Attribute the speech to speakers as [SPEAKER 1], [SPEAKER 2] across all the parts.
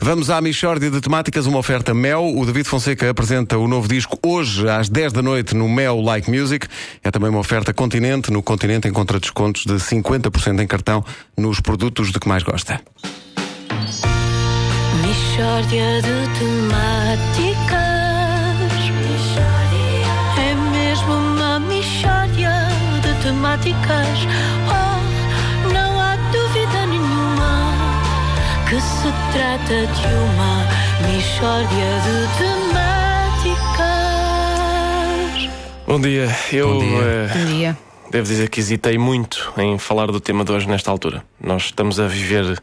[SPEAKER 1] Vamos à Michórdia de Temáticas, uma oferta Mel. O David Fonseca apresenta o novo disco hoje às 10 da noite no Mel Like Music. É também uma oferta Continente. No Continente encontra descontos de 50% em cartão nos produtos de que mais gosta.
[SPEAKER 2] Mistória de temáticas. É mesmo uma mistória de temáticas. Oh, não há dúvida nenhuma que se trata de uma mistória de temáticas.
[SPEAKER 3] Bom dia. Eu
[SPEAKER 1] Bom dia.
[SPEAKER 3] eh,
[SPEAKER 4] Bom dia.
[SPEAKER 3] devo dizer que hesitei muito em falar do tema de hoje nesta altura. Nós estamos a viver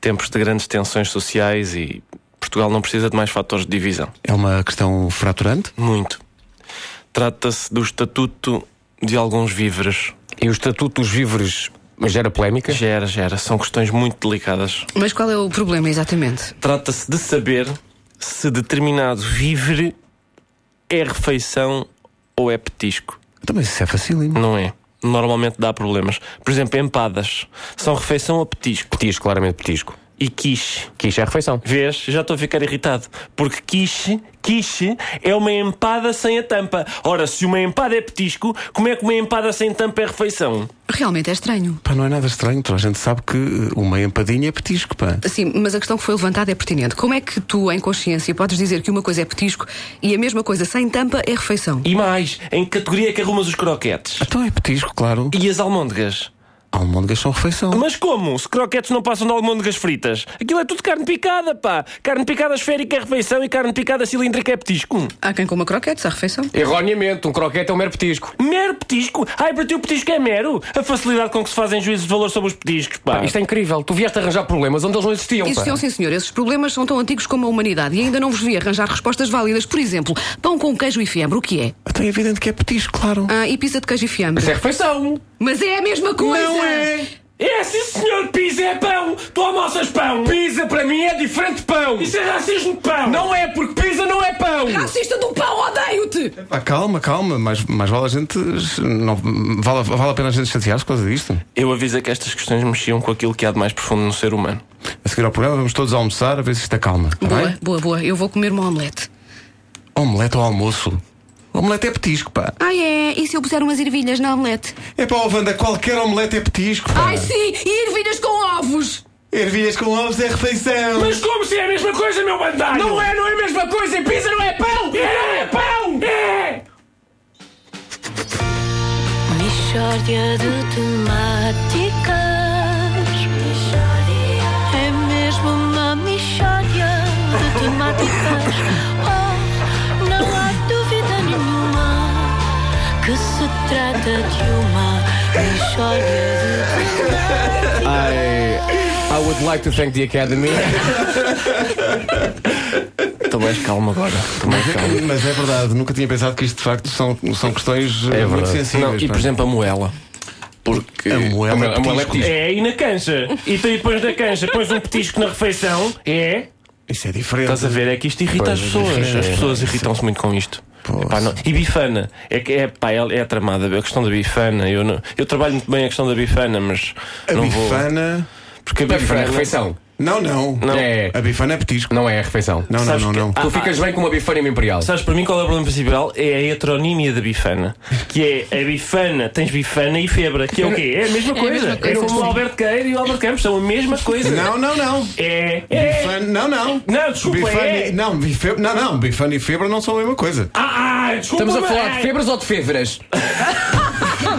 [SPEAKER 3] tempos de grandes tensões sociais e Portugal não precisa de mais fatores de divisão.
[SPEAKER 1] É uma questão fraturante?
[SPEAKER 3] Muito. Trata-se do estatuto de alguns víveres.
[SPEAKER 5] E o estatuto dos víveres gera polémica?
[SPEAKER 3] Gera, gera. São questões muito delicadas.
[SPEAKER 4] Mas qual é o problema exatamente?
[SPEAKER 3] Trata-se de saber se determinado vívere é refeição ou é petisco.
[SPEAKER 1] Também isso é facílimo.
[SPEAKER 3] Não é. Normalmente dá problemas. Por exemplo, empadas. São refeição ou petisco.
[SPEAKER 5] Petisco, claramente petisco.
[SPEAKER 3] E quiche.
[SPEAKER 5] Que isto é refeição.
[SPEAKER 3] Vês? Já estou a ficar irritado. Porque quiche, quiche é uma empada sem a tampa. Ora, se uma empada é petisco, como é que uma empada sem tampa é refeição?
[SPEAKER 4] Realmente é estranho.
[SPEAKER 1] Pá, não é nada estranho, toda a gente sabe que eh, uma empadinha é petisco, pá.
[SPEAKER 4] Sim, mas a questão que foi levantada é pertinente. Como é que tu, em consciência, podes dizer que uma coisa é petisco e a mesma coisa sem tampa é refeição?
[SPEAKER 3] E mais, em que categoria é que arrumas os croquetes?
[SPEAKER 1] Então é petisco, claro. um
[SPEAKER 3] E as almôndegas?
[SPEAKER 1] Almôndegas são refeição.
[SPEAKER 3] Mas como? Se croquetes não passam de almôndegas fritas? Aquilo é tudo carne picada, pá! Carne picada esférica é refeição e carne picada cilíndrica é petisco.
[SPEAKER 4] Há quem coma croquetes à refeição.
[SPEAKER 5] Erroneamente, um croquete é um mero petisco.
[SPEAKER 3] Mero petisco? Ai, para ti o petisco é mero? A facilidade com que se fazem juízos de valor sobre os petiscos, pá.
[SPEAKER 5] Isto é incrível. Tu vieste arranjar problemas onde eles não existiam. pá.
[SPEAKER 4] Existiam, sim, senhor. Esses problemas são tão antigos como a humanidade e ainda não vos vi arranjar respostas válidas. Por exemplo, pão com queijo e fiambre, o que é?
[SPEAKER 1] Então é evidente que é petisco, claro.
[SPEAKER 4] Ah, e pizza de queijo e fiambre.
[SPEAKER 5] Isso é refeição.
[SPEAKER 4] Mas é a mesma coisa!
[SPEAKER 5] Não é.
[SPEAKER 3] É, sim senhor, pizza é pão! Tu almoças pão!
[SPEAKER 5] Pizza para mim é diferente de pão.
[SPEAKER 3] Isso é racismo de pão!
[SPEAKER 5] Não é porque pizza não é pão.
[SPEAKER 4] Racista do pão, odeio-te!
[SPEAKER 1] Pá, calma, calma, mas, mas vale a gente. Não, vale, vale a pena a gente chatear-se por causa disto.
[SPEAKER 3] Eu aviso que estas questões mexiam com aquilo que há de mais profundo no ser humano.
[SPEAKER 1] A seguir ao programa, vamos todos almoçar a ver se isto acalma. Tá
[SPEAKER 4] Boa,
[SPEAKER 5] é?
[SPEAKER 1] bem?
[SPEAKER 4] boa, boa. Eu vou comer uma omelete.
[SPEAKER 1] Omelete ao almoço. Omelete é petisco, pá.
[SPEAKER 4] Ah, é? E se eu puser umas ervilhas na omelete?
[SPEAKER 1] É para Ovanda, qualquer omelete é petisco, pá.
[SPEAKER 4] Ai sim, e ervilhas com ovos!
[SPEAKER 1] Ervilhas com ovos é refeição.
[SPEAKER 3] Mas como se é a mesma coisa, meu bandalho?
[SPEAKER 5] Não é, não é a mesma coisa. E pizza não é pão.
[SPEAKER 3] É, é pão! É!
[SPEAKER 2] Mistória de temáticas. É mesmo uma mistória de temáticas. Oh, não há dúvida nenhuma que se trata de uma mistória de
[SPEAKER 5] I, I would like to thank the Academy.
[SPEAKER 3] Tu mais calmo agora. Tu mais calmo.
[SPEAKER 1] Mas é verdade, nunca tinha pensado que isto de facto são, são questões eh, muito sensíveis.
[SPEAKER 3] É Não, e
[SPEAKER 1] pá.
[SPEAKER 3] por exemplo a moela. Porque.
[SPEAKER 1] A moela é
[SPEAKER 5] moela é
[SPEAKER 1] petisco.
[SPEAKER 3] É, e na cancha. E tu aí depois da cancha pões um petisco na refeição. É.
[SPEAKER 1] Isso é diferente.
[SPEAKER 3] Estás a ver? É que isto irrita as pessoas. As pessoas irritam-se muito com isto.
[SPEAKER 1] Pois.
[SPEAKER 3] Epá, não- E bifana. É, que- é, pá, é, é tramada. A questão da bifana. Eu, não- eu trabalho muito bem a questão da bifana, mas
[SPEAKER 1] A
[SPEAKER 3] não vou.
[SPEAKER 1] bifana.
[SPEAKER 3] Porque a
[SPEAKER 5] Bifana
[SPEAKER 3] bifana.
[SPEAKER 5] é refeição.
[SPEAKER 1] Não, não.
[SPEAKER 5] É.
[SPEAKER 1] A bifana é petisco.
[SPEAKER 5] Não é refeição.
[SPEAKER 1] Não, não,
[SPEAKER 3] Sabes
[SPEAKER 1] não.
[SPEAKER 3] que-
[SPEAKER 1] não.
[SPEAKER 3] Ah,
[SPEAKER 5] Tu ficas bem com uma bifana e uma imperial.
[SPEAKER 3] Sabes para mim qual é o problema principal? É a heteronímia da bifana. Que é a bifana, tens bifana e febra. Que é o quê? É a mesma
[SPEAKER 4] É a mesma
[SPEAKER 3] coisa. É,
[SPEAKER 4] coisa,
[SPEAKER 3] como
[SPEAKER 4] sim.
[SPEAKER 3] o Alberto Queiro e o Alberto Campos, são a mesma coisa.
[SPEAKER 1] Não, não, não.
[SPEAKER 3] É. é.
[SPEAKER 1] Bifana- Não, não.
[SPEAKER 3] Não, desculpa,
[SPEAKER 1] Bifana e-
[SPEAKER 3] é.
[SPEAKER 1] não, bife- não, não, bifana e febre não são a mesma coisa.
[SPEAKER 3] Ah, ah, desculpa.
[SPEAKER 5] Estamos a
[SPEAKER 3] mas-
[SPEAKER 5] falar de febras ou de febras?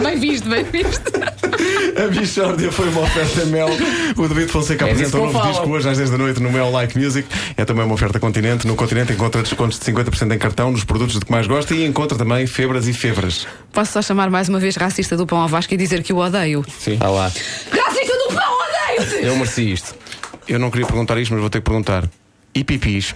[SPEAKER 4] bem visto, bem visto.
[SPEAKER 1] A Bichórdia foi uma oferta Mel. O David Fonseca
[SPEAKER 5] É
[SPEAKER 1] apresenta
[SPEAKER 5] disso que
[SPEAKER 1] um
[SPEAKER 5] eu
[SPEAKER 1] novo
[SPEAKER 5] falo.
[SPEAKER 1] disco hoje às 10 da noite no Mel Like Music. É também uma oferta Continente. No Continente encontra descontos de 50% em cartão nos produtos de que mais gosta e encontra também febras e febras.
[SPEAKER 4] Posso só chamar mais uma vez racista do pão ao Vasco e dizer que o odeio?
[SPEAKER 1] Sim.
[SPEAKER 5] Ah lá.
[SPEAKER 4] Racista do pão, odeio-te!
[SPEAKER 5] Eu mereci isto.
[SPEAKER 1] Eu não queria perguntar isto, mas vou ter que perguntar. E pipis?